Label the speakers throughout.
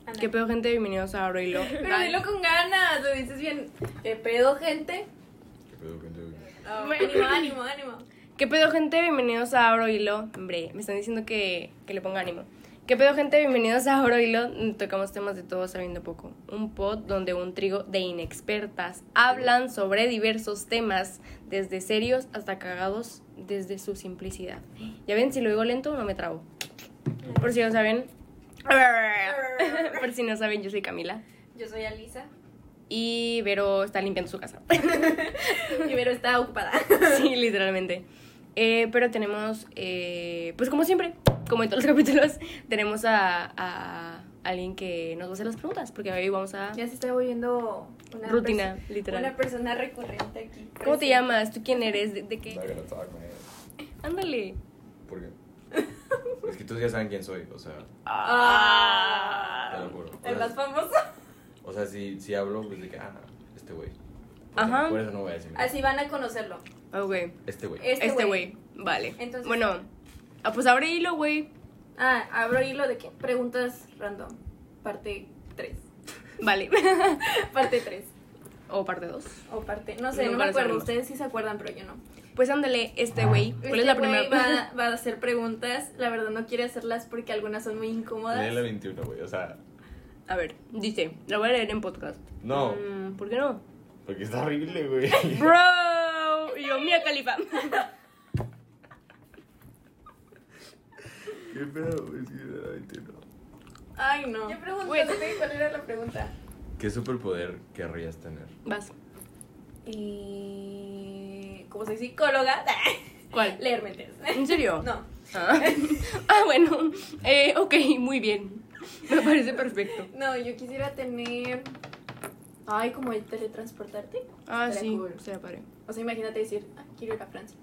Speaker 1: Ándale.
Speaker 2: ¿Qué pedo, gente? Bienvenidos a Abro Hilo.
Speaker 1: Pero dilo con ganas, lo dices bien. ¿Qué pedo, gente?
Speaker 3: ¿Qué pedo, gente?
Speaker 1: Ah, ánimo, ánimo, ánimo.
Speaker 2: ¿Qué pedo, gente? Bienvenidos a Abro Hilo. Hombre, me están diciendo que, que le ponga ánimo. ¿Qué pedo, gente? Bienvenidos a Abro Hilo. donde Tocamos temas de todo sabiendo poco. Un pod donde un trigo de inexpertas hablan sobre diversos temas, desde serios hasta cagados, desde su simplicidad. Ya ven, si lo digo lento, no me trabo. Por si no saben. Por si no saben, yo soy Camila.
Speaker 1: Yo soy Alisa
Speaker 2: Y Vero está limpiando su casa.
Speaker 1: y Vero está ocupada.
Speaker 2: Sí, literalmente. Eh, pero tenemos, eh, pues como siempre, como en todos los capítulos, tenemos a, a alguien que nos va a hacer las preguntas, porque hoy vamos a...
Speaker 1: Ya se está volviendo una
Speaker 2: Rutina,
Speaker 1: perso-
Speaker 2: literal.
Speaker 1: Una persona recurrente aquí.
Speaker 2: ¿Cómo te llamas? ¿Tú quién eres? ¿De, de
Speaker 3: Not
Speaker 2: qué?
Speaker 3: gonna talk, man.
Speaker 2: Ándale.
Speaker 3: ¿Por qué? Es que todos ya saben quién soy, o sea,
Speaker 1: Ah,
Speaker 3: Te lo juro.
Speaker 1: el más famoso.
Speaker 3: o sea si, si hablo, pues de que, ah, este güey. Por
Speaker 2: Ajá. Ah,
Speaker 3: eso- Por eso no voy a decir.
Speaker 1: Así van a conocerlo.
Speaker 2: Ok.
Speaker 3: Este güey.
Speaker 1: Este
Speaker 2: Este
Speaker 1: güey.
Speaker 2: güey. Vale.
Speaker 1: Entonces-
Speaker 2: bueno, ah, pues abre hilo, güey.
Speaker 1: Ah, abro hilo de qué? Preguntas random. Parte 3.
Speaker 2: Vale.
Speaker 1: Parte 3.
Speaker 2: o parte 2.
Speaker 1: O parte. No sé, no
Speaker 2: Nunca
Speaker 1: me
Speaker 2: lo
Speaker 1: acuerdo.
Speaker 2: sabemos.
Speaker 1: Ustedes sí se acuerdan, pero yo no.
Speaker 2: Pues ándale, este güey. ¿Cuál
Speaker 1: Este
Speaker 2: es la
Speaker 1: güey
Speaker 2: primera?
Speaker 1: Va, va a hacer preguntas. La verdad, no quiere hacerlas porque algunas son muy incómodas.
Speaker 3: Lee la 21, güey, o sea,
Speaker 2: a ver, dice, la voy a leer en podcast.
Speaker 3: no,
Speaker 2: Mm, ¿Por qué no?
Speaker 3: porque está horrible, güey.
Speaker 2: Bro, y yo mía califa.
Speaker 3: ¿Qué pedo, güey? Sí, la 21.
Speaker 1: Ay, no.
Speaker 4: Yo pregunto,
Speaker 2: Bueno.
Speaker 4: ¿sí? ¿cuál era la pregunta?
Speaker 3: ¿Qué superpoder querrías tener?
Speaker 2: Vas.
Speaker 1: Y. Como soy psicóloga,
Speaker 2: ¿Cuál?
Speaker 1: leer mentes.
Speaker 2: ¿En serio?
Speaker 1: No.
Speaker 2: Ah, Ah, bueno. Eh, ok, muy bien. Me parece perfecto.
Speaker 1: No, yo quisiera tener. Ay, como el teletransportarte.
Speaker 2: Ah,
Speaker 1: Estaría
Speaker 2: sí,
Speaker 1: cool.
Speaker 2: se la paré.
Speaker 1: O sea, imagínate decir, ah, quiero ir a Francia.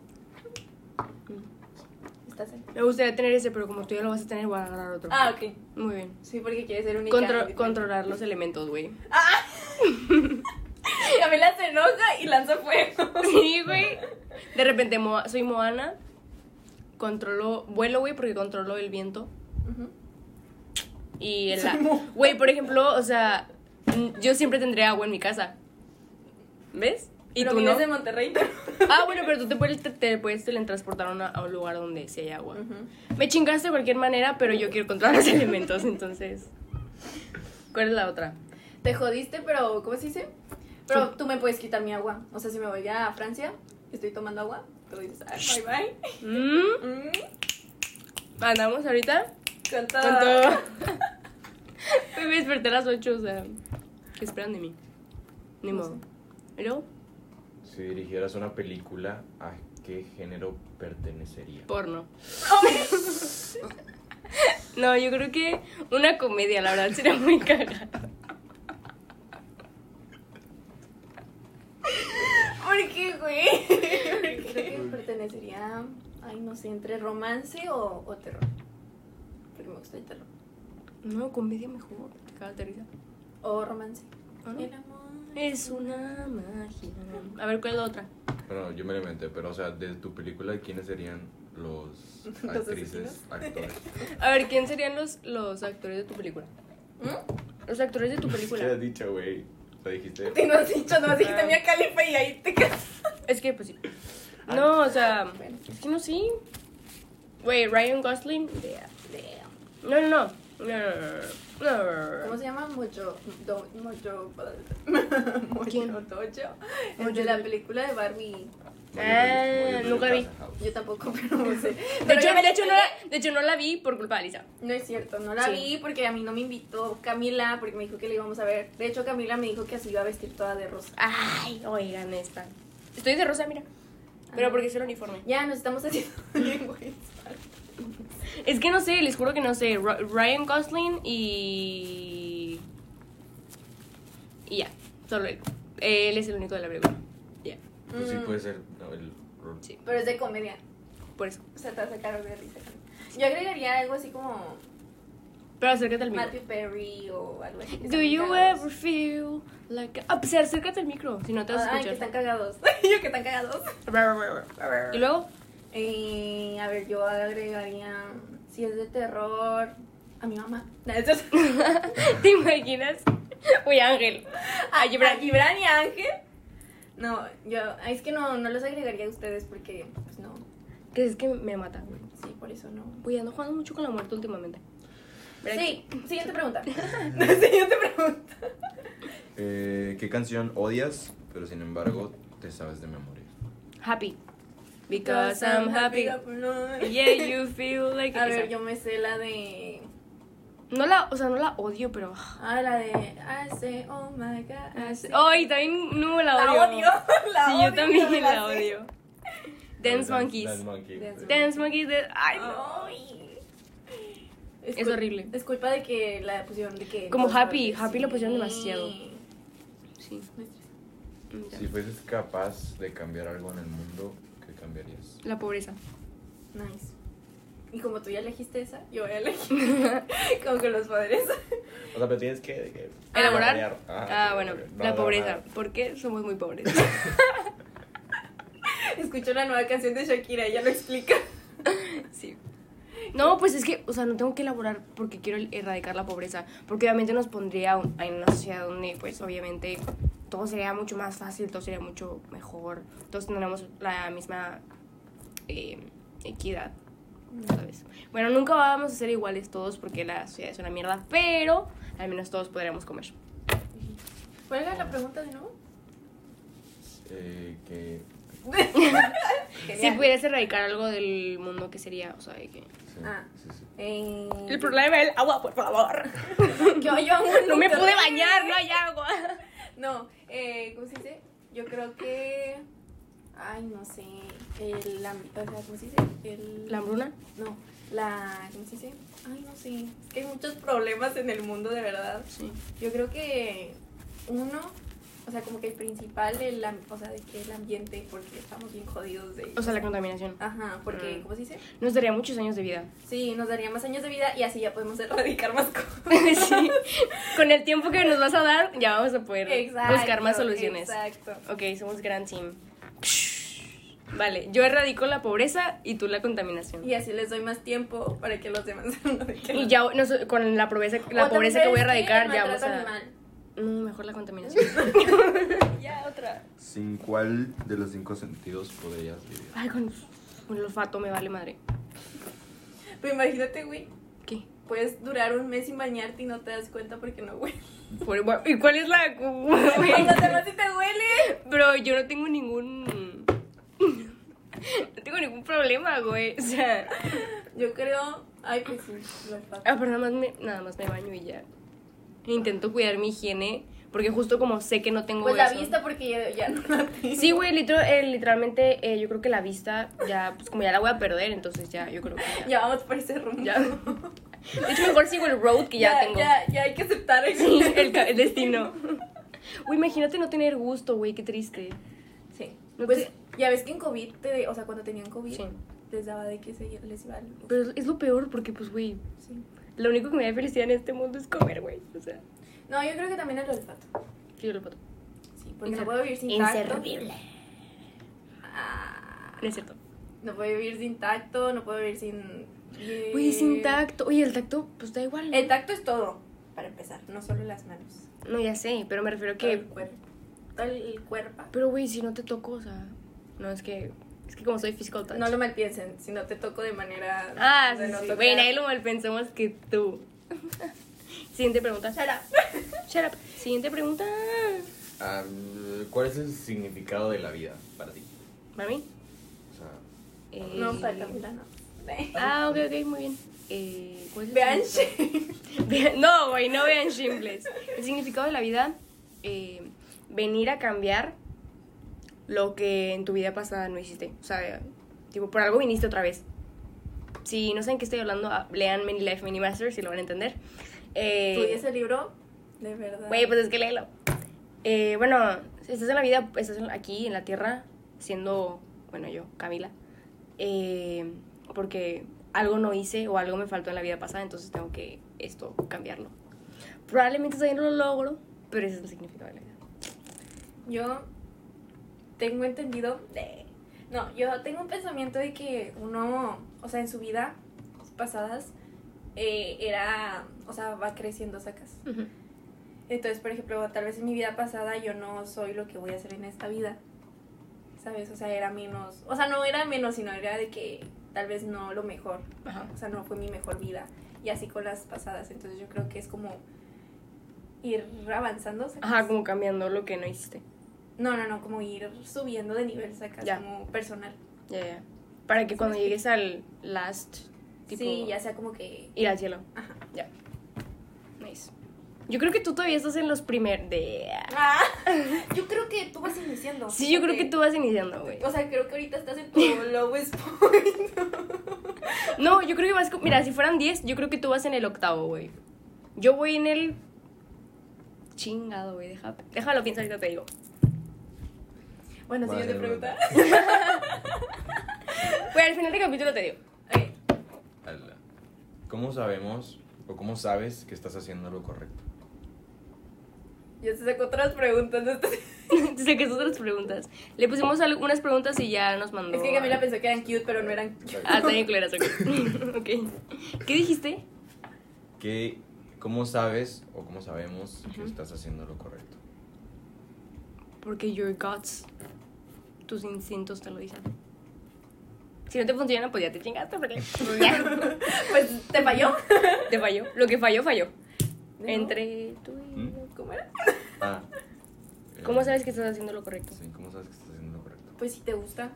Speaker 1: ¿Estás ahí?
Speaker 2: Me gustaría tener ese, pero como tú ya lo vas a tener, voy a agarrar otro.
Speaker 1: Ah, ok.
Speaker 2: Muy bien.
Speaker 1: Sí, porque quiere ser única.
Speaker 2: Contro-
Speaker 1: diferente.
Speaker 2: controlar los elementos, güey.
Speaker 1: Camila se enoja y lanza fuego.
Speaker 2: Sí, güey. De repente Moa- soy Moana. Controlo, vuelo, güey, porque controlo el viento.
Speaker 1: Ujú.
Speaker 2: Y el... Güey, por ejemplo, o sea, mm, yo siempre tendré agua en mi casa. ¿Ves? Y
Speaker 1: Pero
Speaker 2: tú
Speaker 1: vives
Speaker 2: no.
Speaker 1: de Monterrey.
Speaker 2: Ah, bueno, pero tú te puedes, te, te puedes teletransportar a, una- a un lugar donde sí hay agua.
Speaker 1: Ujú.
Speaker 2: Me chingaste de cualquier manera, pero yo quiero controlar los elementos, entonces. ¿Cuál es la otra?
Speaker 1: Te jodiste, pero ¿cómo se dice? Pero tú me puedes quitar mi agua. O sea, si me voy a Francia, estoy tomando agua, tú dices, ah, bye bye.
Speaker 2: Mm,
Speaker 1: Mm,
Speaker 2: Andamos ahorita
Speaker 1: Con todo.
Speaker 2: con todo. Me desperté a las 8, o sea, ¿qué esperan de mí? Ni
Speaker 1: No
Speaker 2: modo. Pero,
Speaker 3: Si dirigieras una película, ¿a qué género pertenecería?
Speaker 2: porno. No, yo creo que una comedia, la verdad, sería muy cagada.
Speaker 1: ¿Por qué, güey? Creo que pertenecería, ay, no sé, entre romance o, o terror. Porque me gusta el terror.
Speaker 2: No, comedia mejor. Te cagas de risa.
Speaker 1: O romance.
Speaker 2: ¿O no?
Speaker 1: El amor.
Speaker 2: Ah. Es una magia. A ver, ¿cuál es la otra?
Speaker 3: Bueno, yo me lo inventé, pero o sea, de tu película, ¿quiénes serían los
Speaker 1: Los
Speaker 3: actrices, actores?
Speaker 2: A ver, ¿quién serían los, los actores de tu película?
Speaker 1: ¿Mm?
Speaker 2: Los actores de tu
Speaker 3: ¿Qué has
Speaker 2: película.
Speaker 3: dicho, güey? Lo dijiste.
Speaker 1: Tú no has dicho, no has dijiste mía califa y ahí te quedas.
Speaker 2: Es que, pues sí.
Speaker 1: Ah.
Speaker 2: No, o sea,
Speaker 1: Bueno.
Speaker 2: es que no sí. Güey, Ryan Gosling. No, no, no. No, no, no,
Speaker 1: ¿Cómo
Speaker 2: no.
Speaker 1: se llama? Mojo. Do, mojo.
Speaker 2: ¿Quién?
Speaker 1: Mojo Tocho. Es de la película de Barbie.
Speaker 2: Ah, nunca la vi.
Speaker 1: Yo tampoco, pero no sé.
Speaker 2: De
Speaker 1: Pero
Speaker 2: hecho,
Speaker 1: ya me
Speaker 2: de, hecho, no
Speaker 1: spoileé.
Speaker 2: la, de hecho, no la vi por culpa de Lisa.
Speaker 1: No es cierto, no la
Speaker 2: Sí.
Speaker 1: vi porque a mí no me invitó Camila porque me dijo que la íbamos a ver. De hecho, Camila me dijo que así iba a vestir toda de rosa.
Speaker 2: Ay, oigan esta. Estoy de rosa, mira. Pero porque es el uniforme.
Speaker 1: Ah. Ya, nos estamos haciendo bien, güey.
Speaker 3: Pues
Speaker 2: Es que no sé, les juro que no sé. Ro- Ryan Gosling y. Y ya, solo él. Él es el único de la película. Ya,
Speaker 3: Pues sí,
Speaker 1: Mm,
Speaker 3: puede ser no, el rol.
Speaker 2: sí,
Speaker 1: Pero es de comedia.
Speaker 2: por eso.
Speaker 1: O sea, te vas a sacar de risa. Yo agregaría algo así como
Speaker 2: Pero acércate al micro.
Speaker 1: Matthew Perry o algo así. que
Speaker 2: Do
Speaker 1: están
Speaker 2: you
Speaker 1: cagados.
Speaker 2: ever feel like. Ah, pues acércate al micro, si no te vas a
Speaker 1: Ah, Ay, que están
Speaker 2: escuchar.
Speaker 1: cagados. Yo que están cagados.
Speaker 2: Y luego,
Speaker 1: Eh, a ver, yo agregaría, si es de terror, a mi mamá. No, eso es-
Speaker 2: ¿Te imaginas? Uy, Ángel.
Speaker 1: A
Speaker 2: A Gibran.
Speaker 1: Gibran. Gibran y Ángel. No, yo, es que no, no los agregaría a ustedes porque, pues no,
Speaker 2: Que es que me mata, güey.
Speaker 1: sí, por eso no.
Speaker 2: Uy, ando jugando mucho con la muerte últimamente. ¿Verdad
Speaker 1: Sí, siguiente pregunta. siguiente pregunta.
Speaker 3: Eh, ¿Qué canción odias, pero sin embargo te sabes de memoria?
Speaker 2: que- Happy. Because I'm happy. Yeah, you feel like
Speaker 1: A
Speaker 2: Esa.
Speaker 1: ver, yo me sé la de.
Speaker 2: No la, o sea, no la odio, pero.
Speaker 1: Ah, la de. I say, oh my god. I say-
Speaker 2: Ay, también no la
Speaker 1: La
Speaker 2: odio.
Speaker 1: odio. La
Speaker 2: sí,
Speaker 1: odio,
Speaker 2: yo también
Speaker 1: me
Speaker 2: la,
Speaker 1: sé.
Speaker 2: odio. Dance
Speaker 3: Dance
Speaker 2: Monkeys.
Speaker 3: Monkeys.
Speaker 1: Dance Monkeys.
Speaker 2: Dance Monkeys. de- Ay, no.
Speaker 1: Ay.
Speaker 2: Es
Speaker 1: cul-
Speaker 2: horrible.
Speaker 1: Es culpa de que la pusieron de que.
Speaker 2: Como
Speaker 1: dos
Speaker 2: Happy,
Speaker 1: partes,
Speaker 2: Happy la
Speaker 1: sí.
Speaker 2: pusieron demasiado. Sí.
Speaker 3: Si fueses capaz de cambiar algo en el mundo, ¿qué cambiarías?
Speaker 2: La pobreza.
Speaker 1: Nice. Y como tú ya elegiste esa, yo voy a elegir. como que los padres.
Speaker 3: O sea, pero tienes que... de que-
Speaker 2: ¿Elaborar?
Speaker 3: Ajá,
Speaker 2: Ah, bueno,
Speaker 3: no,
Speaker 2: la
Speaker 3: no,
Speaker 2: pobreza.
Speaker 3: no.
Speaker 2: ¿Por qué somos muy pobres?
Speaker 1: Escucho la nueva canción de Shakira, ella lo explica.
Speaker 2: sí. No, pues es que, o sea, no tengo que elaborar porque quiero erradicar la pobreza. Porque obviamente nos pondría un- en una sociedad donde, pues, obviamente todo sería mucho más fácil, todo sería mucho mejor. Todos tendríamos la misma eh, equidad, ¿sabes? Bueno, nunca vamos a ser iguales todos porque la sociedad es una mierda, pero al menos todos podríamos comer.
Speaker 1: ¿Cuál era la pregunta de nuevo?
Speaker 3: Eh, que...
Speaker 2: Si pudieras erradicar algo del mundo, que sería? O sea, de que...
Speaker 3: sí,
Speaker 1: Ah.
Speaker 3: sí, sí.
Speaker 1: Eh,
Speaker 2: El problema es el agua, por favor.
Speaker 1: Yo, yo aún
Speaker 2: No me
Speaker 1: nunca-
Speaker 2: pude bañar, no hay agua.
Speaker 1: No, eh, ¿cómo se dice? Yo creo que. Ay, no sé. El. am- o sea, ¿Cómo se dice? El.
Speaker 2: ¿La hambruna?
Speaker 1: No, la. ¿Cómo se dice? Ay, no sé. Es que hay muchos problemas en el mundo, de verdad.
Speaker 2: Sí.
Speaker 1: Yo creo que uno, o sea, como que el principal, el, am- o sea, de que el ambiente, porque estamos bien jodidos de.
Speaker 2: O sea, la contaminación.
Speaker 1: Ajá, porque,
Speaker 2: Mm.
Speaker 1: ¿cómo se dice?
Speaker 2: Nos daría muchos años de vida.
Speaker 1: Sí, nos daría más años de vida y así ya podemos erradicar más cosas.
Speaker 2: Sí. Con el tiempo que nos vas a dar, ya vamos a poder
Speaker 1: Exacto,
Speaker 2: buscar más soluciones.
Speaker 1: Exacto.
Speaker 2: Ok, somos gran team. Vale, yo erradico la pobreza y tú la contaminación.
Speaker 1: Y así les doy más tiempo para que los demás se erradiquen.
Speaker 2: Y ya nos- con la pobreza,
Speaker 1: O
Speaker 2: la
Speaker 1: también,
Speaker 2: pobreza que voy a
Speaker 1: ¿sabes qué?
Speaker 2: erradicar,
Speaker 1: El
Speaker 2: ya vamos
Speaker 1: maltrato
Speaker 2: a.
Speaker 1: animal.
Speaker 2: No, mejor la contaminación.
Speaker 1: Ya, otra.
Speaker 3: ¿Sin cuál de los cinco sentidos podrías vivir?
Speaker 2: Ay, con, con el olfato me vale madre.
Speaker 1: Pero imagínate, güey,
Speaker 2: ¿Qué?
Speaker 1: puedes durar un mes sin bañarte y no te das cuenta porque no huele.
Speaker 2: Por- bueno, ¿Y cuál es la.?
Speaker 1: Cuando te vas y te huele.
Speaker 2: Bro, yo no tengo ningún. No tengo ningún problema, güey. O sea.
Speaker 1: Yo creo. Ay, pues sí, lo olfato.
Speaker 2: Ah, pero nada más me, nada más me baño y ya. Intento cuidar mi higiene. Porque justo como sé que no tengo.
Speaker 1: Pues la
Speaker 2: eso-
Speaker 1: vista porque ya, ya no la tengo.
Speaker 2: Sí, güey, literal- eh, literalmente eh, yo creo que la vista ya, pues como ya la voy a perder, entonces ya, yo creo que ya.
Speaker 1: Ya vamos por ese rumbo.
Speaker 2: Ya. De hecho, mejor sigo el road que ya, tengo.
Speaker 1: Ya, ya hay que aceptar el,
Speaker 2: Sí, el, ca- el destino. Uy, imagínate no tener gusto, güey, qué triste.
Speaker 1: Sí.
Speaker 2: No
Speaker 1: pues ya ves que en COVID, te, o sea, cuando tenían COVID,
Speaker 2: Sí.
Speaker 1: les daba de que se les iba algo.
Speaker 2: Pero es- es lo peor porque, pues, güey,
Speaker 1: Sí.
Speaker 2: lo único que me da felicidad en este mundo es comer, güey. O sea,
Speaker 1: No, yo creo que también el olfato.
Speaker 2: sí, yo lo pato.
Speaker 1: Sí, porque no puedo vivir sin tacto.
Speaker 2: Inservible.
Speaker 1: Ah,
Speaker 2: No es cierto.
Speaker 1: no puedo vivir sin tacto, no puedo vivir sin.
Speaker 2: Güey, sin tacto. Oye, el tacto, pues da igual. ¿no?
Speaker 1: Eh, El tacto es todo, para empezar, no solo las manos.
Speaker 2: No, ya sé, pero me refiero
Speaker 1: Todo
Speaker 2: que.
Speaker 1: el cuerpo. Todo el cuerpo.
Speaker 2: Pero, güey, si no te toco, o sea. No, es que. Es que como soy physical touch.
Speaker 1: No lo malpiensen, si no te toco de manera.
Speaker 2: Ah,
Speaker 1: de
Speaker 2: sí,
Speaker 1: no
Speaker 2: sí.
Speaker 1: tocar.
Speaker 2: Güey, nadie lo malpensó más que tú. Siguiente pregunta.
Speaker 1: Shut up.
Speaker 2: Shut up. Siguiente pregunta.
Speaker 3: Ah, ¿Cuál es el significado de la vida para ti?
Speaker 2: ¿Para mí?
Speaker 3: O sea,
Speaker 2: Eh,
Speaker 1: No, para Camila no.
Speaker 2: Ah, ok, ok, muy bien. Eh, ¿cuál es el
Speaker 1: Vean,
Speaker 2: significado? Vean- No, güey, no vean simples. El significado de la vida, eh, venir a cambiar lo que en tu vida pasada no hiciste. O sea, tipo, por algo viniste otra vez. Si no saben qué estoy hablando, ah, lean Many Life, Many Masters y lo van a entender. Eh,
Speaker 1: estudié ese libro, de verdad.
Speaker 2: Güey, pues es que léelo. Eh, bueno, estás en la vida, estás en- aquí en la tierra, siendo, bueno, yo, Camila. eh, porque algo no hice o algo me faltó en la vida pasada, entonces tengo que esto cambiarlo. Probablemente todavía no lo logro, pero ese es el significado de la vida.
Speaker 1: Yo tengo entendido de... No, yo tengo un pensamiento de que uno, o sea, en su vida pasadas eh, era, o o sea, va creciendo, sacas.
Speaker 2: Ujú.
Speaker 1: Entonces, por ejemplo, tal vez en mi vida pasada yo no soy lo que voy a hacer en esta vida. ¿Sabes? O sea, era menos, o sea, no era menos, sino era de que tal vez no lo mejor.
Speaker 2: Ajá.
Speaker 1: O sea, no fue mi mejor vida. Y así con las pasadas. Entonces yo creo que es como ir avanzando. ¿sacas?
Speaker 2: Ajá, como cambiando lo que no hiciste.
Speaker 1: No, no, no, como ir subiendo de nivel, sacas,
Speaker 2: Ya.
Speaker 1: como personal.
Speaker 2: Ya, ya. Para que cuando llegues al last, tipo,
Speaker 1: sí, ya sea como que...
Speaker 2: ir al cielo.
Speaker 1: Ajá.
Speaker 2: Ya. Nice. Yo creo que tú todavía estás en los primeros. De...
Speaker 1: Ah, yo creo que tú vas iniciando.
Speaker 2: Sí, yo creo que
Speaker 1: fíjate.
Speaker 2: tú vas iniciando, güey.
Speaker 1: O sea, creo que ahorita estás en tu lowest point.
Speaker 2: No, yo creo que vas. con- Mira, si fueran 10, yo creo que tú vas en el octavo, güey. Yo voy en el. Chingado, güey. Deja, déjalo piensa ahorita te digo.
Speaker 1: bueno,
Speaker 3: Vale,
Speaker 1: siguiente
Speaker 3: vale.
Speaker 1: pregunta.
Speaker 2: Güey, al final del capítulo te digo.
Speaker 1: Ok.
Speaker 3: Ala. ¿Cómo sabemos o cómo sabes que estás haciendo lo correcto?
Speaker 1: Yo te saco otras preguntas. ¿no? Es
Speaker 2: Dice que es otras preguntas. Le pusimos al- unas preguntas y ya nos mandó.
Speaker 1: que Camila
Speaker 2: a-
Speaker 1: pensó que eran cute, pero no eran cute.
Speaker 2: Ah, también culeras, ok. ok. ¿Qué dijiste?
Speaker 3: ¿Qué, ¿Cómo sabes o cómo sabemos que
Speaker 2: Ujú.
Speaker 3: estás haciendo lo correcto?
Speaker 2: Porque your guts, tus instintos te lo dicen. Si no te funciona, pues ya te chingaste, porque ya,
Speaker 1: Pues te falló.
Speaker 2: te falló. Lo que falló, falló. Entre tú y yo.
Speaker 1: ¿Cómo era?
Speaker 3: Ah, eh,
Speaker 2: ¿Cómo sabes que estás haciendo lo correcto?
Speaker 3: Sí, ¿cómo sabes que estás haciendo lo correcto?
Speaker 1: Pues si te gusta.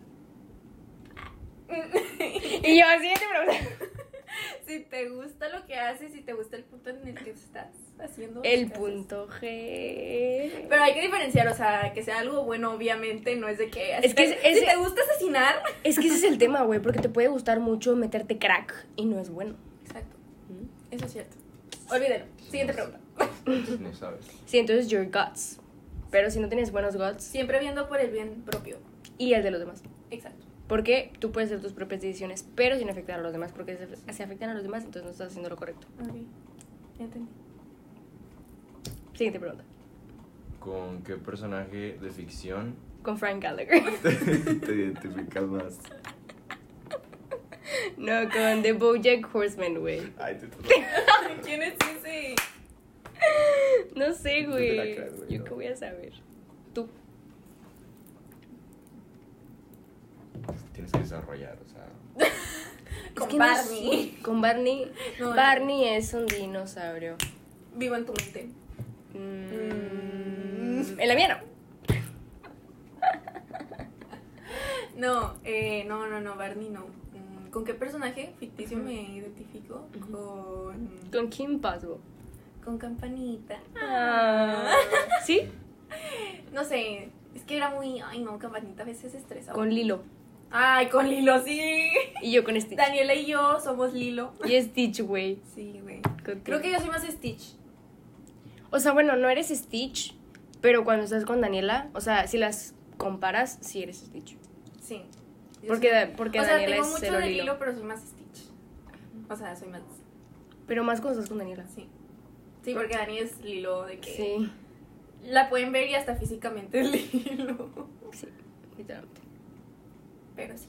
Speaker 2: Y yo, siguiente pregunta.
Speaker 1: Si te gusta lo que haces, si te gusta el punto en el que estás haciendo.
Speaker 2: El
Speaker 1: lo que haces.
Speaker 2: punto G.
Speaker 1: Pero hay que diferenciar, o sea, que sea algo bueno, obviamente, no es de que...
Speaker 2: Es que
Speaker 1: si,
Speaker 2: es-
Speaker 1: si te gusta asesinar...
Speaker 2: Es que ese es el tema, güey, porque te puede gustar mucho meterte crack y no es bueno.
Speaker 1: Exacto, eso es cierto. Olvídelo. Pues, Siguiente pregunta.
Speaker 3: Entonces, No sabes.
Speaker 2: Sí, entonces your guts. Pero si no tienes buenos guts
Speaker 1: Siempre viendo por el bien propio.
Speaker 2: y el de los demás.
Speaker 1: Exacto.
Speaker 2: Porque tú puedes hacer tus propias decisiones, pero sin afectar a los demás. Porque si si afectan a los demás, entonces no estás haciendo lo correcto.
Speaker 1: Ok, ya entendí.
Speaker 2: Siguiente pregunta.
Speaker 3: ¿Con qué personaje de ficción
Speaker 2: Con Frank Gallagher.
Speaker 3: te identificas más?
Speaker 2: no, con The Bojack Horseman, güey.
Speaker 3: Ay, te
Speaker 1: ¿Quién es ese?
Speaker 2: No sé,
Speaker 3: Tú te la
Speaker 2: güey.
Speaker 3: creas, güey,
Speaker 2: Yo
Speaker 3: no.
Speaker 2: qué voy a saber. Tú.
Speaker 3: Tienes que desarrollar, o sea.
Speaker 1: Con
Speaker 2: que no
Speaker 1: Barney.
Speaker 2: sé. Con Barney.
Speaker 1: No, no.
Speaker 2: Barney es un dinosaurio.
Speaker 1: Vivo en tu mente.
Speaker 2: Mm, En la mía no.
Speaker 1: No, eh, no, no, no, Barney no. Mm, ¿Con qué personaje ficticio me identifico? Con...
Speaker 2: Con Kim Possible.
Speaker 1: Con Campanita.
Speaker 2: Ah. ¿Sí?
Speaker 1: No sé, es que era muy... Ay, no, Campanita a veces estresa.
Speaker 2: Con Lilo.
Speaker 1: Ay, con Lilo, sí.
Speaker 2: Y yo con Stitch.
Speaker 1: Daniela y yo somos Lilo.
Speaker 2: Y Stitch, güey.
Speaker 1: Sí, güey.
Speaker 2: Con-
Speaker 1: Creo que yo soy más Stitch.
Speaker 2: O sea, bueno, no eres Stitch, pero cuando estás con Daniela, o sea, si las comparas, sí eres Stitch.
Speaker 1: Sí. Yo
Speaker 2: Porque,
Speaker 1: soy-
Speaker 2: da- porque
Speaker 1: o sea,
Speaker 2: Daniela
Speaker 1: tengo
Speaker 2: es
Speaker 1: mucho
Speaker 2: el
Speaker 1: de
Speaker 2: Lilo.
Speaker 1: Lilo, pero soy más Stitch. O sea, soy más...
Speaker 2: Pero más cuando estás con Daniela.
Speaker 1: Sí. Sí, porque Dani es Lilo de que...
Speaker 2: Sí,
Speaker 1: La pueden ver y hasta físicamente es Lilo.
Speaker 2: sí, literalmente.
Speaker 1: Pero sí.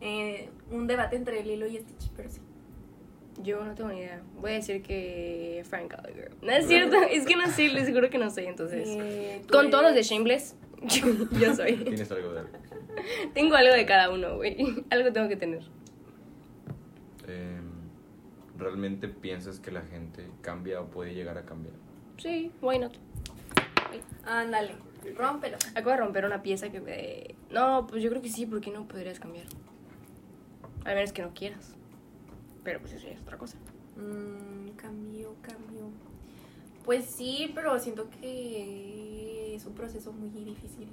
Speaker 1: Eh, un debate entre Lilo y Stitch, pero sí.
Speaker 2: Yo no tengo ni idea. Voy a decir que Frank Gallagher. No es cierto, es que no sé, les juro que no sé, entonces.
Speaker 1: Eh, tú
Speaker 2: Con todos los de
Speaker 1: eres-
Speaker 2: Shameless, yo, yo soy.
Speaker 3: Tienes algo de algo.
Speaker 2: Tengo algo de cada uno, güey. Algo tengo que tener.
Speaker 3: Em, ¿Realmente piensas que la gente cambia o puede llegar a cambiar?
Speaker 2: Sí, why not.
Speaker 1: Ándale, rómpelo.
Speaker 2: Acabo de romper una pieza que... eh, No, pues yo creo que sí, porque no podrías cambiar. Al menos que no quieras. Pero pues eso ya es otra cosa.
Speaker 1: Mm, cambió, cambió. Pues sí, pero siento que es un proceso muy difícil.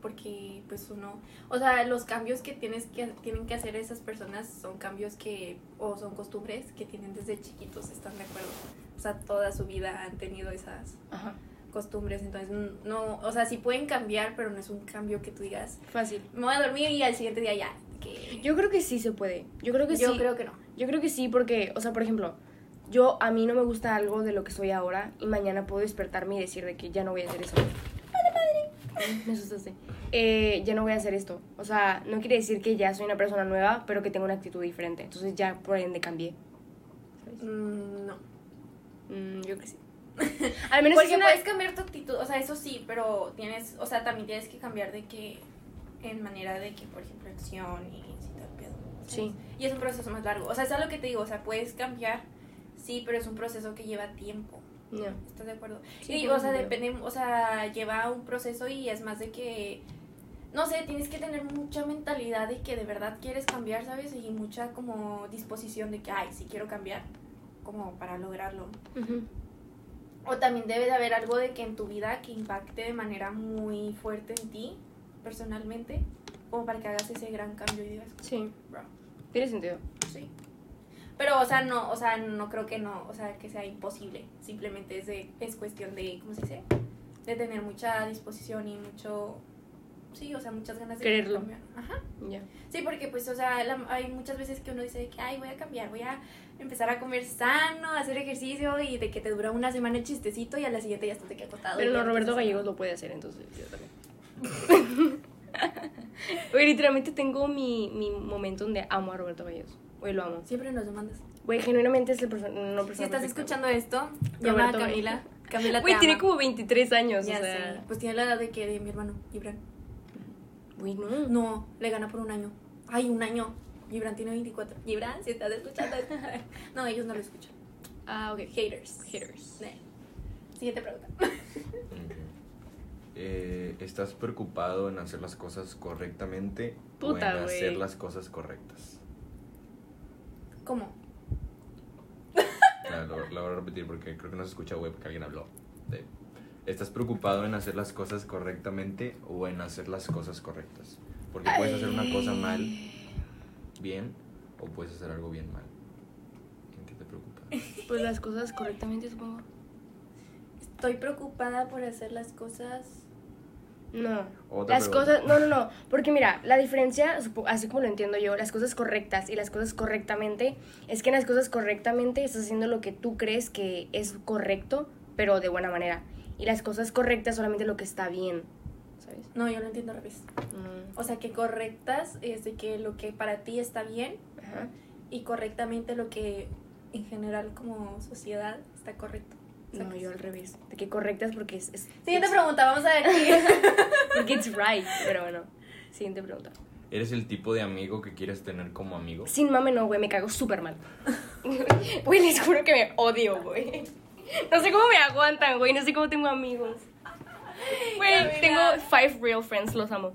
Speaker 1: Porque pues uno, o sea, los cambios que tienes que tienen que hacer esas personas son cambios que o son costumbres que tienen desde chiquitos, están de acuerdo. O sea, toda su vida han tenido esas
Speaker 2: Ajá.
Speaker 1: costumbres, entonces mm, no, o sea, sí pueden cambiar, pero no es un cambio que tú digas,
Speaker 2: Fácil.
Speaker 1: me voy a dormir y al siguiente día ya. Que
Speaker 2: Yo creo que sí se puede. Yo creo que
Speaker 1: yo
Speaker 2: sí.
Speaker 1: creo que no.
Speaker 2: Yo creo que sí, porque, o sea, por ejemplo, yo a mí no me gusta algo de lo que soy ahora y mañana puedo despertarme y decir de que ya no voy a hacer eso. Me asustaste. Eh, ya no voy a hacer esto. O sea, no quiere decir que ya soy una persona nueva, pero que tengo una actitud diferente. Entonces ya por ende cambié. ¿sabes?
Speaker 1: Mm, no.
Speaker 2: Mm, yo creo que sí. Al menos
Speaker 1: Porque
Speaker 2: es una-
Speaker 1: puedes cambiar tu actitud, o sea, eso sí, pero tienes, o sea, también tienes que cambiar de que, en manera de que, por ejemplo, acción y así todo el pedo. ¿sabes?
Speaker 2: Sí.
Speaker 1: Y es un proceso más largo, o sea, es algo que te digo, o sea, puedes cambiar, sí, pero es un proceso que lleva tiempo,
Speaker 2: Ya.
Speaker 1: ¿estás de acuerdo?
Speaker 2: Sí,
Speaker 1: y,
Speaker 2: por
Speaker 1: o sea,
Speaker 2: ejemplo.
Speaker 1: depende, o sea, lleva un proceso y es más de que, no sé, tienes que tener mucha mentalidad de que de verdad quieres cambiar, ¿sabes? Y mucha como disposición de que, ay, sí quiero cambiar, como para lograrlo.
Speaker 2: Ujú.
Speaker 1: O también debe de haber algo de que en tu vida que impacte de manera muy fuerte en ti, personalmente, como para que hagas ese gran cambio y digas,
Speaker 2: Sí.
Speaker 1: bro,
Speaker 2: Tiene sentido.
Speaker 1: sí. Pero, o sea, no, o sea, no creo que no, o sea, que sea imposible. Simplemente es, de- es cuestión de, ¿cómo se dice? De tener mucha disposición y mucho, sí, o sea, muchas ganas de
Speaker 2: Quererlo.
Speaker 1: cambiar. Ajá.
Speaker 2: Ya.
Speaker 1: Sí, porque pues, o sea, la- hay muchas veces que uno dice de que, ay, voy a cambiar, voy a empezar a comer sano, a hacer ejercicio y de que te dura una semana el chistecito y a la siguiente ya estás de que acostado.
Speaker 2: Pero
Speaker 1: Y ya
Speaker 2: no,
Speaker 1: te
Speaker 2: Roberto
Speaker 1: estás-
Speaker 2: Gallegos lo puede hacer, entonces yo también. Güey, literalmente tengo mi, mi momento donde amo a Roberto Gallegos. Güey, lo amo.
Speaker 1: Siempre nos demandas.
Speaker 2: Güey, genuinamente es el perso- una persona.
Speaker 1: Si estás
Speaker 2: perfecta.
Speaker 1: escuchando esto, llama a
Speaker 2: Roberto
Speaker 1: Camila. Camila te
Speaker 2: Güey, tiene
Speaker 1: ama.
Speaker 2: como 23 años,
Speaker 1: Ya
Speaker 2: o sea.
Speaker 1: sé. Pues tiene la edad de que de mi hermano, Gibran.
Speaker 2: Güey, no.
Speaker 1: No, le gana por un año. Ay, un año. Gibran tiene 24. Gibran, si estás escuchando esto. No, ellos no lo escuchan.
Speaker 2: Ah, ok.
Speaker 1: Haters.
Speaker 2: Haters.
Speaker 1: Sí. Siguiente pregunta.
Speaker 3: Ok. Eh, ¿Estás preocupado en hacer las cosas correctamente
Speaker 2: Puta,
Speaker 3: o en
Speaker 2: güey.
Speaker 3: hacer las cosas correctas?
Speaker 1: ¿Cómo?
Speaker 3: La, lo- la voy a repetir porque creo que no se escucha, güey, porque alguien habló. de- ¿Estás preocupado en hacer las cosas correctamente o en hacer las cosas correctas? Porque puedes hacer una cosa mal bien o puedes hacer algo bien mal. ¿En qué te preocupa?
Speaker 2: Pues las cosas correctamente, supongo.
Speaker 1: Estoy preocupada por hacer las cosas
Speaker 2: No.
Speaker 3: Otra
Speaker 2: las
Speaker 3: pregunta.
Speaker 2: cosas. No, no, no. Porque mira, la diferencia, supo- así como lo entiendo yo, las cosas correctas y las cosas correctamente, es que en las cosas correctamente estás haciendo lo que tú crees que es correcto, pero de buena manera. Y las cosas correctas solamente lo que está bien. ¿Sabes?
Speaker 1: No, yo lo entiendo al revés.
Speaker 2: Mm,
Speaker 1: O sea, que correctas es de que lo que para ti está bien
Speaker 2: Ajá.
Speaker 1: y correctamente lo que en general como sociedad está correcto.
Speaker 2: No, yo al revés. De que correctas porque es. es
Speaker 1: Siguiente
Speaker 2: es-
Speaker 1: pregunta, vamos a ver.
Speaker 2: porque it's right. Pero bueno. Siguiente pregunta.
Speaker 3: ¿Eres el tipo de amigo que quieres tener como amigo?
Speaker 2: Sin mame no, güey, me cago súper mal. Güey, les juro que me odio, güey. No sé cómo me aguantan, güey, no sé cómo tengo amigos. Güey,
Speaker 1: Camila.
Speaker 2: tengo five real friends, los amo.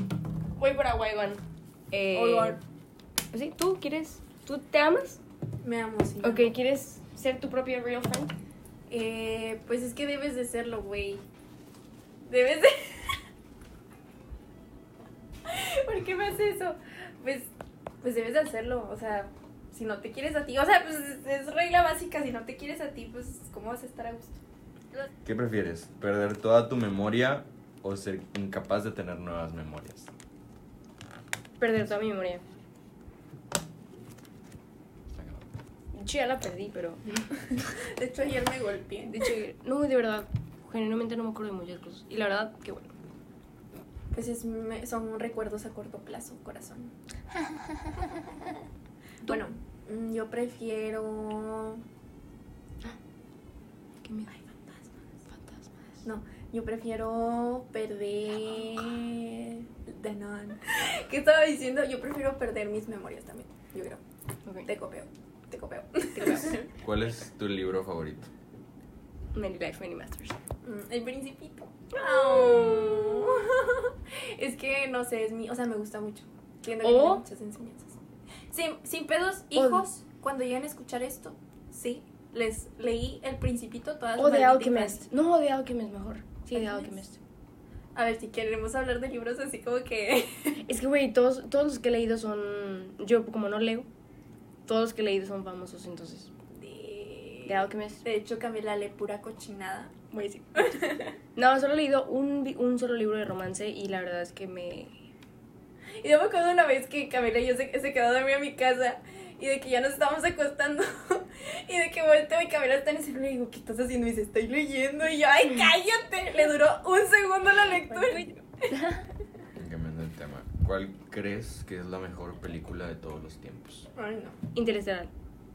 Speaker 2: Voy por agua, Iván. Eh,
Speaker 1: Oigan.
Speaker 2: pues sí, ¿tú quieres? ¿Tú te amas?
Speaker 1: Me amo, sí.
Speaker 2: Ok, ¿quieres ser tu propio real friend?
Speaker 1: Eh, pues es que debes de serlo, güey. Debes de... ¿Por qué me haces eso? Pues, pues debes de hacerlo, o sea, si no te quieres a ti, o sea, pues es- es regla básica, si no te quieres a ti, pues ¿cómo vas a estar a gusto?
Speaker 3: ¿Qué prefieres? ¿Perder toda tu memoria o ser incapaz de tener nuevas memorias?
Speaker 2: Perder toda mi memoria. De hecho, ya la perdí, pero.
Speaker 1: De hecho, ayer me golpeé.
Speaker 2: De hecho, no, de verdad. Genuinamente no me acuerdo de muchas cosas. Y la verdad, qué bueno.
Speaker 1: Pues es, me- son recuerdos a corto plazo, corazón. bueno, mm, yo prefiero...
Speaker 2: Qué miedo.
Speaker 1: Ay, fantasmas.
Speaker 2: Fantasmas.
Speaker 1: No, yo prefiero perder... De no, no. ¿Qué estaba diciendo? Yo prefiero perder mis memorias también. Yo creo.
Speaker 2: Ok.
Speaker 1: Te copio. Te copio.
Speaker 3: ¿Cuál es tu libro favorito?
Speaker 2: Many Life, Many Masters.
Speaker 1: Mm, El principito. es que no sé, es mi, o sea, me gusta mucho. Tiene
Speaker 2: O-
Speaker 1: muchas enseñanzas. Sin, sin pedos, hijos, cuando lleguen a escuchar esto, sí, les leí El principito todas
Speaker 2: O The
Speaker 1: malditas.
Speaker 2: Alchemist. No, The Alchemist mejor. Sí, The
Speaker 1: Alchemist.
Speaker 2: Alchemist.
Speaker 1: A ver, si queremos hablar de libros así como que
Speaker 2: Es que, güey, todos, todos los que he leído son... Yo, como no leo, todos los que he leído son famosos, entonces.
Speaker 1: de,
Speaker 2: The Alchemist.
Speaker 1: de hecho Camila lee pura cochinada.
Speaker 2: Güey, sí. No, solo he leído un, vi- un solo libro de romance y la verdad es que me...
Speaker 1: Y yo me acuerdo una vez que Camila y yo se, se quedó a dormir a mi casa y de que ya nos estábamos acostando y de que volteo y Camila está en el celular y digo, ¿qué estás haciendo? Y dice, estoy leyendo y yo, ¡ay, cállate! Le duró un segundo la lectura.
Speaker 3: Cambiando el tema. ¿Cuál crees que es la mejor película de todos los tiempos?
Speaker 1: Ay, no.
Speaker 2: Interestelar.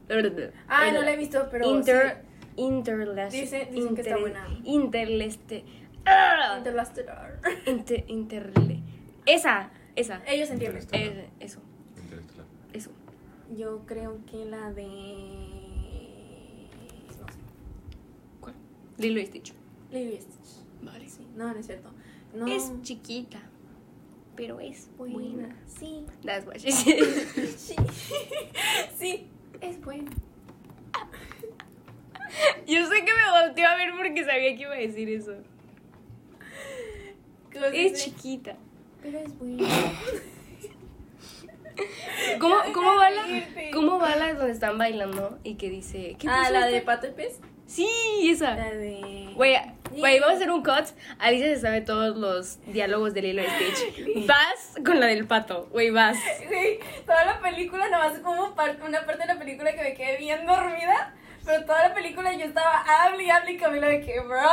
Speaker 2: Ah,
Speaker 1: Ay, no la he visto, pero...
Speaker 2: Inter...
Speaker 1: sí.
Speaker 2: interlas-
Speaker 1: Dicen- dicen que está
Speaker 2: inter-
Speaker 1: buena.
Speaker 2: interleste- ¡Ah!
Speaker 1: Interstellar.
Speaker 2: Inte- interle- esa, esa.
Speaker 1: Ellos entienden.
Speaker 3: Interestelar.
Speaker 2: Eh, eso,
Speaker 3: Interestelar.
Speaker 2: eso.
Speaker 1: Yo creo que la de. No sé.
Speaker 2: ¿Cuál? Lilo y Stitch.
Speaker 1: Lilo y Stitch.
Speaker 2: Vale.
Speaker 1: Sí, no, no es cierto. No.
Speaker 2: Es chiquita, pero es buena.
Speaker 1: Sí.
Speaker 2: That's what she said.
Speaker 1: Sí. sí, es buena.
Speaker 2: Yo sé que me volteó a ver porque sabía que iba a decir eso. Es chiquita.
Speaker 1: Pero es buena.
Speaker 2: ¿Cómo, cómo, va la,
Speaker 1: Irte.
Speaker 2: ¿Cómo va la donde están bailando y que dice... ¿qué
Speaker 1: Ah,
Speaker 2: pasó
Speaker 1: la
Speaker 2: esta-
Speaker 1: de Pato y Pez.
Speaker 2: Sí,
Speaker 1: La
Speaker 2: esa.
Speaker 1: de.
Speaker 2: Güey, güey, vamos a hacer un cut. Alicia se sabe todos los diálogos de Lilo y Stitch. Vas con la del pato. Güey, vas.
Speaker 1: Güey, toda la película, nada más como par- una parte de la película que me quedé bien dormida. Pero toda la película yo estaba hable y hable y Camila de que, bro.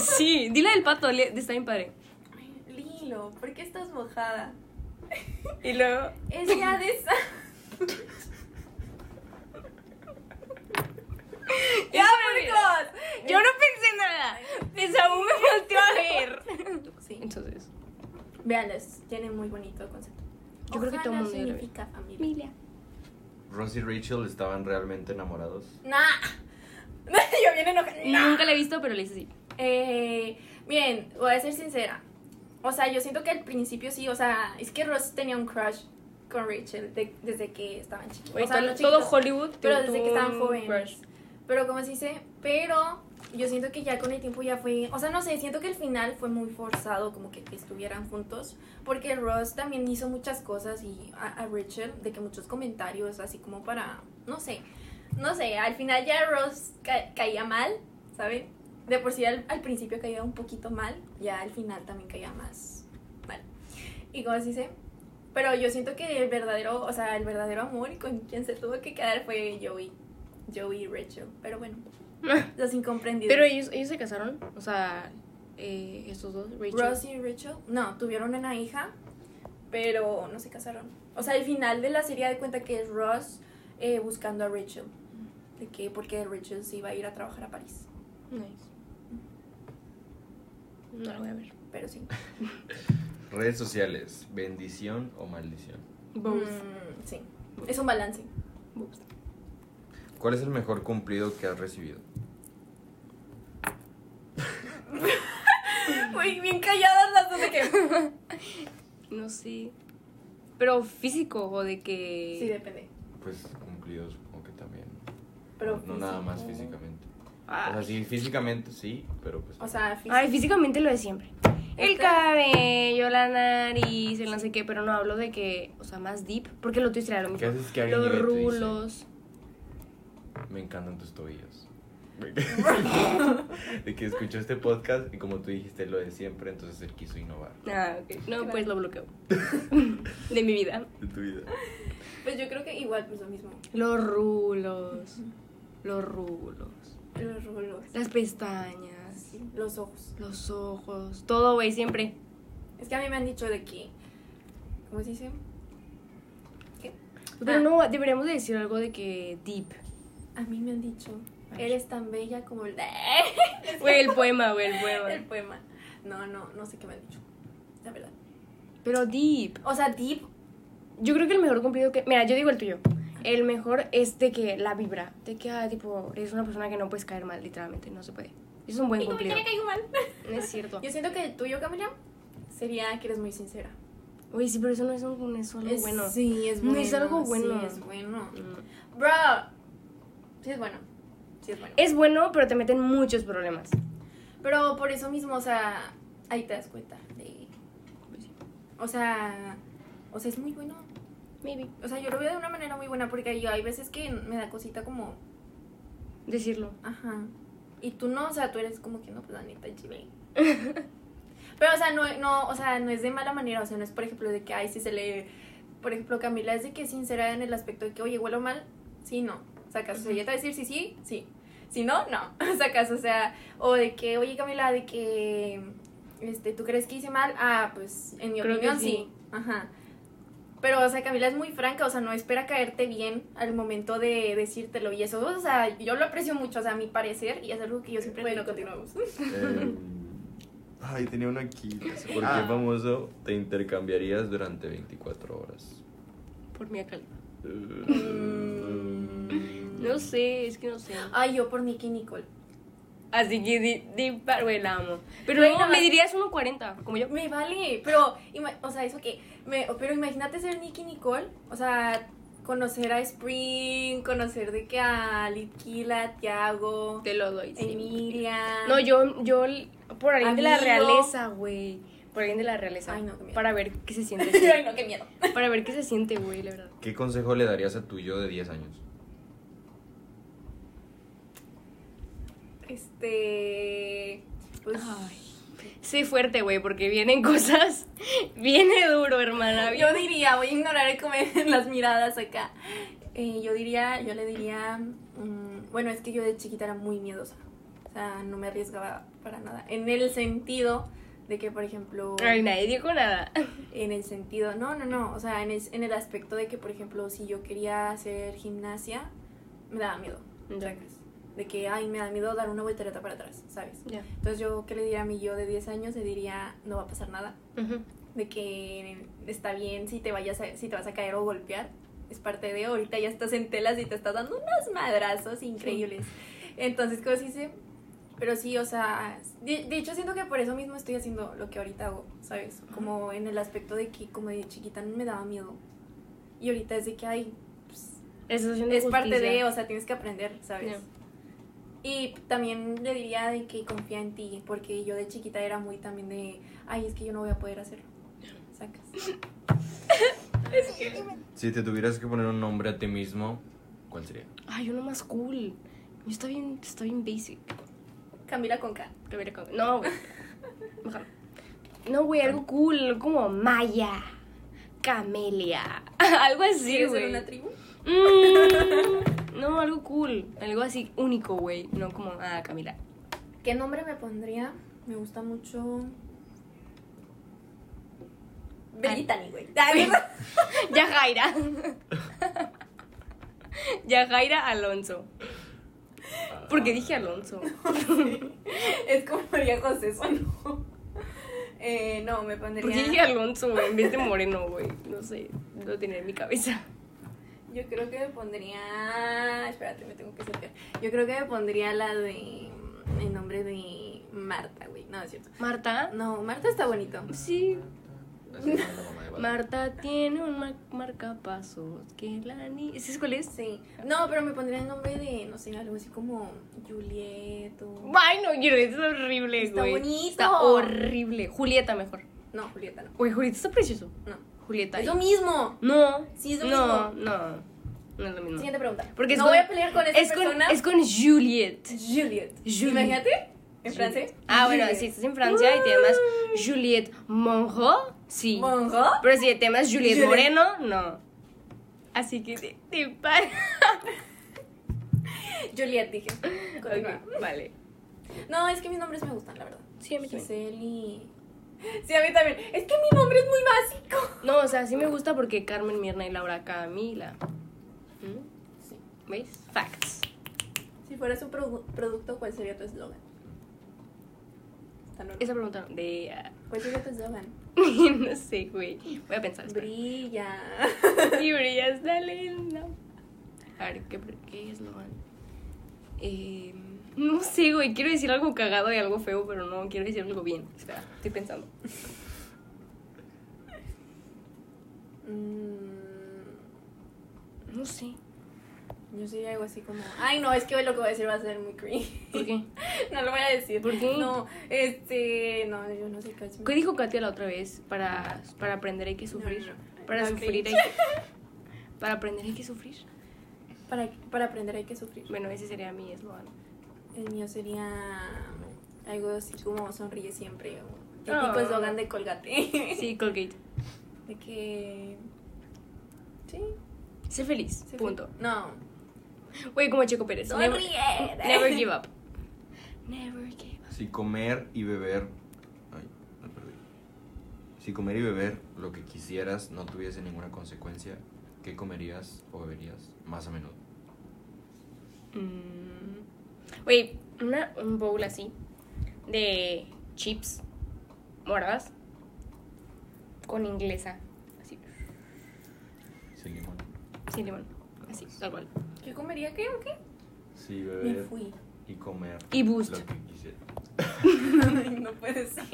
Speaker 2: Sí, dile del pato. le- Está bien padre.
Speaker 1: Lilo, ¿por qué estás mojada?
Speaker 2: Y luego...
Speaker 1: Es ya de esa. ¡Ya, Marcos!
Speaker 2: Yo no pensé nada. Pues aún me volteó a ver.
Speaker 1: Sí.
Speaker 2: Entonces...
Speaker 1: Véanlos, tienen muy bonito concepto.
Speaker 2: Yo creo que todo
Speaker 1: Ojalá
Speaker 2: mundo debería ver.
Speaker 1: significa familia.
Speaker 2: Emilia.
Speaker 3: Ross y Rachel estaban realmente enamorados.
Speaker 1: Nah. Yo bien enojada. Nah.
Speaker 2: Nunca la he visto, pero le hice así.
Speaker 1: Eh, miren, voy a ser sincera. O sea, yo siento que al principio sí, o sea, es que Ross tenía un crush con Rachel de- desde que estaban chiquitos.
Speaker 2: Güey,
Speaker 1: O sea,
Speaker 2: todo,
Speaker 1: no
Speaker 2: todo
Speaker 1: chiquitos,
Speaker 2: Hollywood.
Speaker 1: Pero
Speaker 2: tuvo
Speaker 1: desde que estaban
Speaker 2: un
Speaker 1: jóvenes.
Speaker 2: crush.
Speaker 1: Pero como se dice, pero yo siento que ya con el tiempo ya fue, o sea, no sé, siento que el final fue muy forzado como que, que estuvieran juntos, porque Ross también hizo muchas cosas y a, a Rachel de que muchos comentarios así como para, no sé, no sé, al final ya Ross ca- caía mal, ¿saben? De por sí al, al principio caía un poquito mal, ya al final también caía más mal. Y como se dice, pero yo siento que el verdadero, o sea, el verdadero amor y con quien se tuvo que quedar fue Joey. Joey y Rachel. Pero bueno, los incomprendidos.
Speaker 2: Pero ellos, ellos se casaron, o sea, eh, estos dos, Rachel.
Speaker 1: Ross y Rachel, no, tuvieron una hija, pero no se casaron. O sea, al final de la serie de cuenta que es Ross eh, buscando a Rachel. De que, porque Rachel se iba a ir a trabajar a París.
Speaker 2: Nice. No la voy a ver.
Speaker 1: Pero sí.
Speaker 3: Redes sociales, bendición o maldición.
Speaker 2: Both.
Speaker 1: Mm, sí. Es un balance.
Speaker 2: Both.
Speaker 3: ¿Cuál es el mejor cumplido que has recibido?
Speaker 1: Muy bien calladas las dos de que.
Speaker 2: No sé. Pero físico o de que...
Speaker 1: Sí, depende.
Speaker 3: Pues cumplidos supongo que también.
Speaker 1: Pero
Speaker 3: no nada más
Speaker 1: físico.
Speaker 3: físicamente. O sea,
Speaker 2: Ay.
Speaker 3: sí, físicamente sí, pero pues...
Speaker 1: O sea,
Speaker 2: Ay,
Speaker 1: físico.
Speaker 2: físicamente lo de siempre. El cabello, la nariz, el no sé qué, pero no hablo de que, o sea, más deep, porque lo tuyo sería lo
Speaker 3: ¿Qué
Speaker 2: mismo.
Speaker 3: haces que alguien
Speaker 2: Los
Speaker 3: llegue y te dice,
Speaker 2: rulos.
Speaker 3: Me encantan tus tobillos. de que escuchó este podcast y como tú dijiste lo de siempre, entonces él quiso innovar.
Speaker 2: Ah, ok. No,
Speaker 1: Claro.
Speaker 2: pues lo bloqueo. de mi vida.
Speaker 3: De tu vida.
Speaker 1: Pues yo creo que igual, pues lo mismo.
Speaker 2: Los rulos. Los rulos.
Speaker 1: Los rulos.
Speaker 2: Las pestañas.
Speaker 1: Los ojos.
Speaker 2: Los ojos. Todo, güey, siempre.
Speaker 1: Es que a mí me han dicho de que. ¿Cómo se dice? ¿Qué?
Speaker 2: Pero no, deberíamos de decir algo de que deep.
Speaker 1: A mí me han dicho.
Speaker 2: Ay.
Speaker 1: Eres tan bella como el.
Speaker 2: Güey, el poema, güey, el
Speaker 1: El
Speaker 2: poema.
Speaker 1: poema. No, no, no sé qué me han dicho. La verdad.
Speaker 2: Pero deep.
Speaker 1: O sea, deep.
Speaker 2: Yo creo que el mejor cumplido que. Mira, yo digo el tuyo. El mejor es de que la vibra. De que, ah, tipo, eres una persona que no puedes caer mal, literalmente. No se puede. Es un buen
Speaker 1: Y como
Speaker 2: cumplido.
Speaker 1: quiera caigo mal.
Speaker 2: No es cierto.
Speaker 1: Yo siento que el tuyo, Camila, sería que eres muy sincera.
Speaker 2: Oye, sí, pero eso no es, un, no es algo
Speaker 1: Es-
Speaker 2: bueno.
Speaker 1: Sí, es
Speaker 2: No,
Speaker 1: bueno.
Speaker 2: es algo bueno.
Speaker 1: Sí, es bueno.
Speaker 2: Mm.
Speaker 1: Bro. Sí, es bueno. Sí, es bueno.
Speaker 2: Es bueno, pero te meten muchos problemas.
Speaker 1: Pero por eso mismo, o sea, ahí te das cuenta. de- O sea, o sea, es muy bueno.
Speaker 2: Maybe.
Speaker 1: O sea, yo lo veo de una manera muy buena porque yo hay veces que me da cosita como,
Speaker 2: Decirlo.
Speaker 1: ajá. Y tú no, o sea, tú eres como que no, pues la neta, chile. Pero, o sea, no, no, o sea, no es de mala manera, o sea, no es, por ejemplo, de que, ay, si se le... Por ejemplo, Camila es de que es sincera en el aspecto de que, oye, huelo mal, sí, no. O sea, acaso, o sea, ella te va a decir, sí, sí, sí. Si no, no. O sea, acaso, o sea, o de que, oye, Camila, de que, este, ¿tú crees que hice mal? Ah, pues, en mi
Speaker 2: Creo que
Speaker 1: opinión, sí.
Speaker 2: sí.
Speaker 1: Ajá. Pero, o sea, Camila es muy franca, o sea, no espera caerte bien al momento de decírtelo. Y eso, o sea, yo lo aprecio mucho, o sea, a mi parecer, y es algo que yo siempre...
Speaker 2: Bueno, continuamos.
Speaker 3: Eh, ay, tenía uno aquí. ¿Por qué
Speaker 2: Ah.
Speaker 3: famoso te intercambiarías durante 24 horas?
Speaker 2: Por mi calidad.
Speaker 1: Mm.
Speaker 2: No sé, es que no sé.
Speaker 1: Ay, yo por Nicky Nicole.
Speaker 2: Así que di, di par- güey, la amo. Pero
Speaker 1: Güey,
Speaker 2: no,
Speaker 1: nada
Speaker 2: me
Speaker 1: más-
Speaker 2: dirías 1.40, como yo.
Speaker 1: Me vale, pero, ima- o sea, eso que, me, pero imagínate ser Nicky Nicole, o sea, conocer a Spring, conocer de que a Litquila, Tiago,
Speaker 2: Te lo doy. sí.
Speaker 1: Emilia.
Speaker 2: No, yo, yo l- por alguien de la
Speaker 1: Amigo.
Speaker 2: realeza, güey. Por alguien de la realeza.
Speaker 1: Ay, no, qué miedo.
Speaker 2: Para ver qué se siente.
Speaker 1: Ay, no, qué miedo.
Speaker 2: para ver qué se siente, güey, la verdad.
Speaker 3: ¿Qué consejo le darías a tu yo de 10 años?
Speaker 1: Este, pues,
Speaker 2: Sí, fuerte, güey, porque vienen cosas. Viene duro, hermana.
Speaker 1: yo diría, voy a ignorar como las miradas acá. Eh, yo diría, yo le diría, mm, bueno, es que yo de chiquita era muy miedosa. O sea, no me arriesgaba para nada. En el sentido de que, por ejemplo...
Speaker 2: Ay, nadie dijo nada.
Speaker 1: En el sentido, no, no, no, o sea, en el, en el aspecto de que, por ejemplo, si yo quería hacer gimnasia, me daba miedo,
Speaker 2: Ya.
Speaker 1: sacas. De que, ay, me da miedo dar una voltereta para atrás, ¿sabes?
Speaker 2: Ya.
Speaker 1: Entonces yo, ¿qué le diría a mi yo de 10 años? Le diría, no va a pasar nada,
Speaker 2: Ujú.
Speaker 1: de que está bien si te, vayas a- si te vas a caer o golpear, es parte de, ahorita ya estás en telas y te estás dando unos madrazos increíbles. Entonces, ¿cómo se dice? Pero sí, o sea, de, de hecho siento que por eso mismo estoy haciendo lo que ahorita hago, ¿sabes? Como en el aspecto de que como de chiquita me daba miedo. Y ahorita es de que, ay, pues,
Speaker 2: Eso es,
Speaker 1: es parte de, o sea, tienes que aprender, ¿sabes?
Speaker 2: Ya.
Speaker 1: Y también le diría de que confía en ti, porque yo de chiquita era muy también de, ay, es que yo no voy a poder hacerlo. Sacas.
Speaker 3: Si te tuvieras que poner un nombre a ti mismo, ¿cuál sería?
Speaker 2: Ay, uno más cool. Yo está bien, está bien basic.
Speaker 1: Camila con K.
Speaker 2: Lo hubiera con- No, güey. Mejor. No, güey, algo cool, como Maya, Camelia, algo así,
Speaker 1: ¿Quieres ser
Speaker 2: güey.
Speaker 1: una tribu?
Speaker 2: Mm, no, algo cool, algo así único, güey, no como ah, Camila.
Speaker 1: ¿Qué nombre me pondría? Me gusta mucho. Brittany, güey. Ay,
Speaker 2: Yajaira. Yajaira Alonso. Porque dije Alonso.
Speaker 1: es como María José, eso no. Eh, no, me
Speaker 2: Porque dije
Speaker 1: pondría.
Speaker 2: Alonso, güey, en vez de Moreno, güey. No sé, lo tenía en mi cabeza.
Speaker 1: Yo creo que me pondría. Espérate, me tengo que acercar. Yo creo que me pondría la de. El nombre de Marta, güey. No, es cierto.
Speaker 2: Marta.
Speaker 1: No, Marta está bonito.
Speaker 2: Sí,
Speaker 3: Así se llama la mamá de Batman.
Speaker 2: Marta tiene un mar- marcapasos que la ni... ¿Ese es cuál es?
Speaker 1: Sí. No, pero me pondría el nombre de, no sé, algo así como Juliet o.
Speaker 2: Ay, no, Julieta es horrible,
Speaker 1: Está
Speaker 2: güey.
Speaker 1: bonito.
Speaker 2: Está horrible. Julieta mejor.
Speaker 1: No, Julieta no.
Speaker 2: Güey, Julieta está precioso.
Speaker 1: No.
Speaker 2: Julieta.
Speaker 1: Es lo mismo.
Speaker 2: No.
Speaker 1: Sí, es lo
Speaker 2: no,
Speaker 1: mismo.
Speaker 2: No, no es lo mismo.
Speaker 1: Siguiente pregunta.
Speaker 2: Porque es
Speaker 1: no
Speaker 2: con-
Speaker 1: voy a pelear con esa
Speaker 2: es con,
Speaker 1: persona.
Speaker 2: es con Juliet.
Speaker 1: Juliet.
Speaker 2: Juliet.
Speaker 1: Imagínate. En francés.
Speaker 2: Ah, bueno, si estás en Francia y te llamas Juliette Monjo, sí.
Speaker 1: Monjo.
Speaker 2: Pero si te llamas Juliette
Speaker 1: Juliette.
Speaker 2: Moreno, no. Así que te, te para.
Speaker 1: Juliet, dije. Continúa.
Speaker 2: Ok, vale.
Speaker 1: No, es que mis nombres me gustan, la verdad.
Speaker 2: Sí, a mí también.
Speaker 1: Giselle y. Sí, a mí también. Es que mi nombre es muy básico.
Speaker 2: No, o sea, sí me gusta porque Carmen, Mirna y Laura Camila. ¿Mm?
Speaker 1: Sí.
Speaker 2: ¿Veis? Facts.
Speaker 1: Si fueras un produ- producto, ¿cuál sería tu eslogan? Está normal.
Speaker 2: Esa pregunta no- de... ah,
Speaker 1: ¿Cuál sería tu eslogan?
Speaker 2: no sé, güey. Voy a pensar. espera.
Speaker 1: Brilla.
Speaker 2: y brillas la linda. A ver, ¿qué, pre- qué es lo mal? Eh, no sé, güey. Quiero decir algo cagado y algo feo, pero no quiero decir algo bien. Espera, estoy pensando.
Speaker 1: Mm,
Speaker 2: No sé.
Speaker 1: yo sería algo así como. Ay, no, es que lo que voy a decir va a ser muy cringe.
Speaker 2: ¿Por qué?
Speaker 1: No lo voy a decir.
Speaker 2: ¿Por qué?
Speaker 1: No, este. No, yo no sé qué es.
Speaker 2: ¿Qué dijo Katia la otra vez? Para, para aprender hay que sufrir.
Speaker 1: No, no.
Speaker 2: Para
Speaker 1: No,
Speaker 2: sufrir hay
Speaker 1: cringe.
Speaker 2: que... Para aprender hay que sufrir.
Speaker 1: Para, para aprender hay que sufrir.
Speaker 2: Bueno, ese sería mi eslogan.
Speaker 1: El mío sería. Algo así como sonríe siempre. O el
Speaker 2: Oh.
Speaker 1: típico eslogan de colgate.
Speaker 2: Sí, Colgate.
Speaker 1: De que. Sí.
Speaker 2: Sé feliz.
Speaker 1: se fue.
Speaker 2: punto.
Speaker 1: No.
Speaker 2: Güey, como Checo Pérez. Never,
Speaker 1: Sonríe.
Speaker 2: never give up. Never give up.
Speaker 3: Si comer y beber. Ay, me perdí. Si comer y beber lo que quisieras no tuviese ninguna consecuencia, ¿qué comerías o beberías más a menudo?
Speaker 2: Mm. Güey, una, un bowl así de chips moradas con inglesa, así,
Speaker 3: Sin limón.
Speaker 2: sin limón, así, tal cual.
Speaker 1: ¿Qué comería qué o qué?
Speaker 3: Sí,
Speaker 1: Me
Speaker 3: beber
Speaker 1: fui.
Speaker 3: y comer
Speaker 2: Y Boost.
Speaker 3: lo que quisieras.
Speaker 1: no puede ser.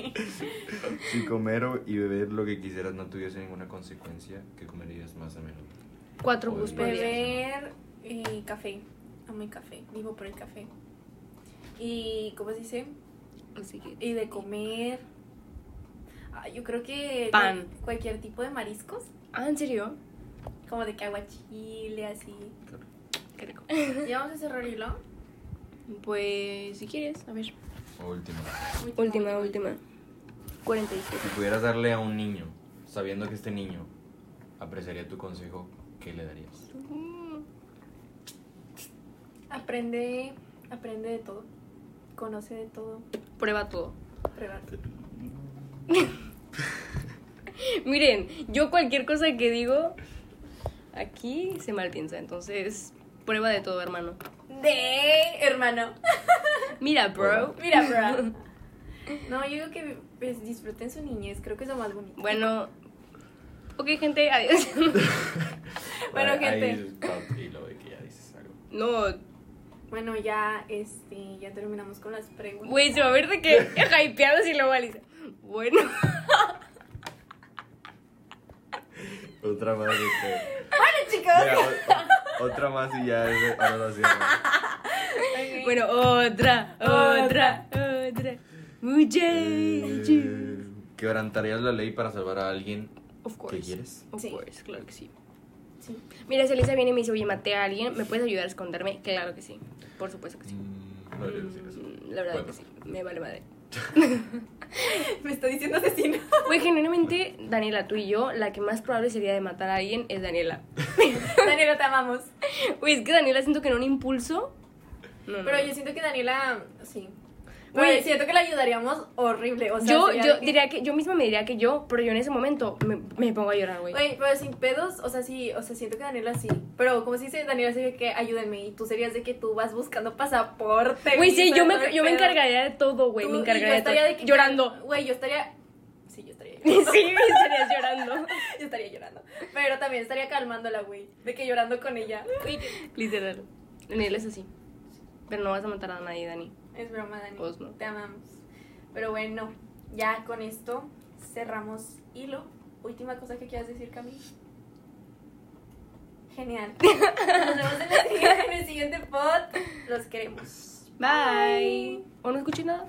Speaker 3: Si comer o- y beber lo que quisieras no tuviese ninguna consecuencia, ¿qué comerías más a menudo?
Speaker 2: Cuatro
Speaker 3: Podría.
Speaker 2: bus por día.
Speaker 1: Beber eh, café. Amo el café. Vivo por el café. Y, ¿cómo se dice?
Speaker 2: Así que-
Speaker 1: Y de comer. ah, yo creo que.
Speaker 2: Pan.
Speaker 1: cual- Cualquier tipo de mariscos.
Speaker 2: Ah, ¿en serio?
Speaker 1: Como de que aguachile, así.
Speaker 2: Qué rico.
Speaker 1: ¿Ya vamos a cerrar el hilo?
Speaker 2: Pues, si quieres, a ver.
Speaker 3: O último.
Speaker 2: Última, última. 47.
Speaker 3: Si pudieras darle a un niño, sabiendo que este niño apreciaría tu consejo, ¿qué le darías?
Speaker 2: Mm.
Speaker 1: Aprende, aprende de todo. Conoce de todo.
Speaker 2: Prueba todo.
Speaker 1: Prueba todo.
Speaker 2: Miren, yo cualquier cosa que digo aquí se mal piensa, entonces prueba de todo, hermano.
Speaker 1: De hermano.
Speaker 2: Mira, bro.
Speaker 1: Mira, bro. No, yo digo que pues, disfruten su niñez. Creo que es lo más bonito.
Speaker 2: Bueno, ok, gente, adiós.
Speaker 1: Bueno,
Speaker 3: Ahí- ahí
Speaker 1: gente.
Speaker 3: el top Y lo de que ya dices algo.
Speaker 2: No,
Speaker 1: Bueno, ya, este, ya terminamos con las preguntas.
Speaker 2: güey, se va a ver de que hypeados y luego Alicia. Bueno,
Speaker 3: Otra más. este.
Speaker 1: chicos.
Speaker 3: Mira, o- o- otra más y ya es- ahora lo hacemos.
Speaker 1: Ok.
Speaker 2: bueno, otra, otra, otra. Muchachos.
Speaker 3: Eh, ¿Quebrantarías la ley para salvar a alguien
Speaker 2: Of course.
Speaker 3: que quieres?
Speaker 2: Of
Speaker 1: Sí.
Speaker 2: course, claro que sí.
Speaker 1: Sí.
Speaker 2: Mira, si Elisa viene y me dice, oye, maté a alguien, ¿me puedes ayudar a esconderme? Claro que sí. Por supuesto que sí.
Speaker 3: Mm, no debería decir eso.
Speaker 2: Mm, La verdad
Speaker 3: Bueno.
Speaker 2: que sí, me vale madre.
Speaker 1: Me está diciendo asesino.
Speaker 2: Güey, genuinamente, Daniela, tú y yo, la que más probable sería de matar a alguien es Daniela.
Speaker 1: Daniela, te amamos.
Speaker 2: Güey, es que Daniela siento que en un impulso. No, no,
Speaker 1: Pero
Speaker 2: no.
Speaker 1: yo siento que Daniela, sí.
Speaker 2: Güey.
Speaker 1: Güey, siento que la ayudaríamos horrible. O sea,
Speaker 2: yo,
Speaker 1: sería
Speaker 2: yo
Speaker 1: de que-
Speaker 2: diría que yo misma me diría que yo, pero yo en ese momento me, me pongo a llorar, güey.
Speaker 1: Güey, pero sin pedos, o sea, sí, o sea, siento que Daniela sí. Pero como se dice, Daniela sí de que ayúdenme. Y tú serías de que tú vas buscando pasaporte.
Speaker 2: Güey, sí,
Speaker 1: visa,
Speaker 2: yo
Speaker 1: todo el
Speaker 2: me, yo me
Speaker 1: pedo.
Speaker 2: encargaría de todo, güey.
Speaker 1: Tú-
Speaker 2: Me
Speaker 1: y
Speaker 2: encargaría
Speaker 1: yo
Speaker 2: de todo.
Speaker 1: estaría de que-
Speaker 2: llorando.
Speaker 1: Güey, yo estaría. Sí, yo estaría
Speaker 2: sí,
Speaker 1: llorando.
Speaker 2: estarías llorando.
Speaker 1: yo estaría llorando. Pero también estaría calmándola, güey. De que llorando con ella.
Speaker 2: Literal. Daniela es así. Pero no vas a matar a nadie, Dani.
Speaker 1: Es broma, Dani.
Speaker 2: Pues no.
Speaker 1: Te amamos. Pero bueno, ya con esto cerramos hilo. Última cosa que quieras decir, Camille. Genial. Nos vemos en el siguiente, en el siguiente pod. Los queremos.
Speaker 2: Bye. ¿O no escuché nada?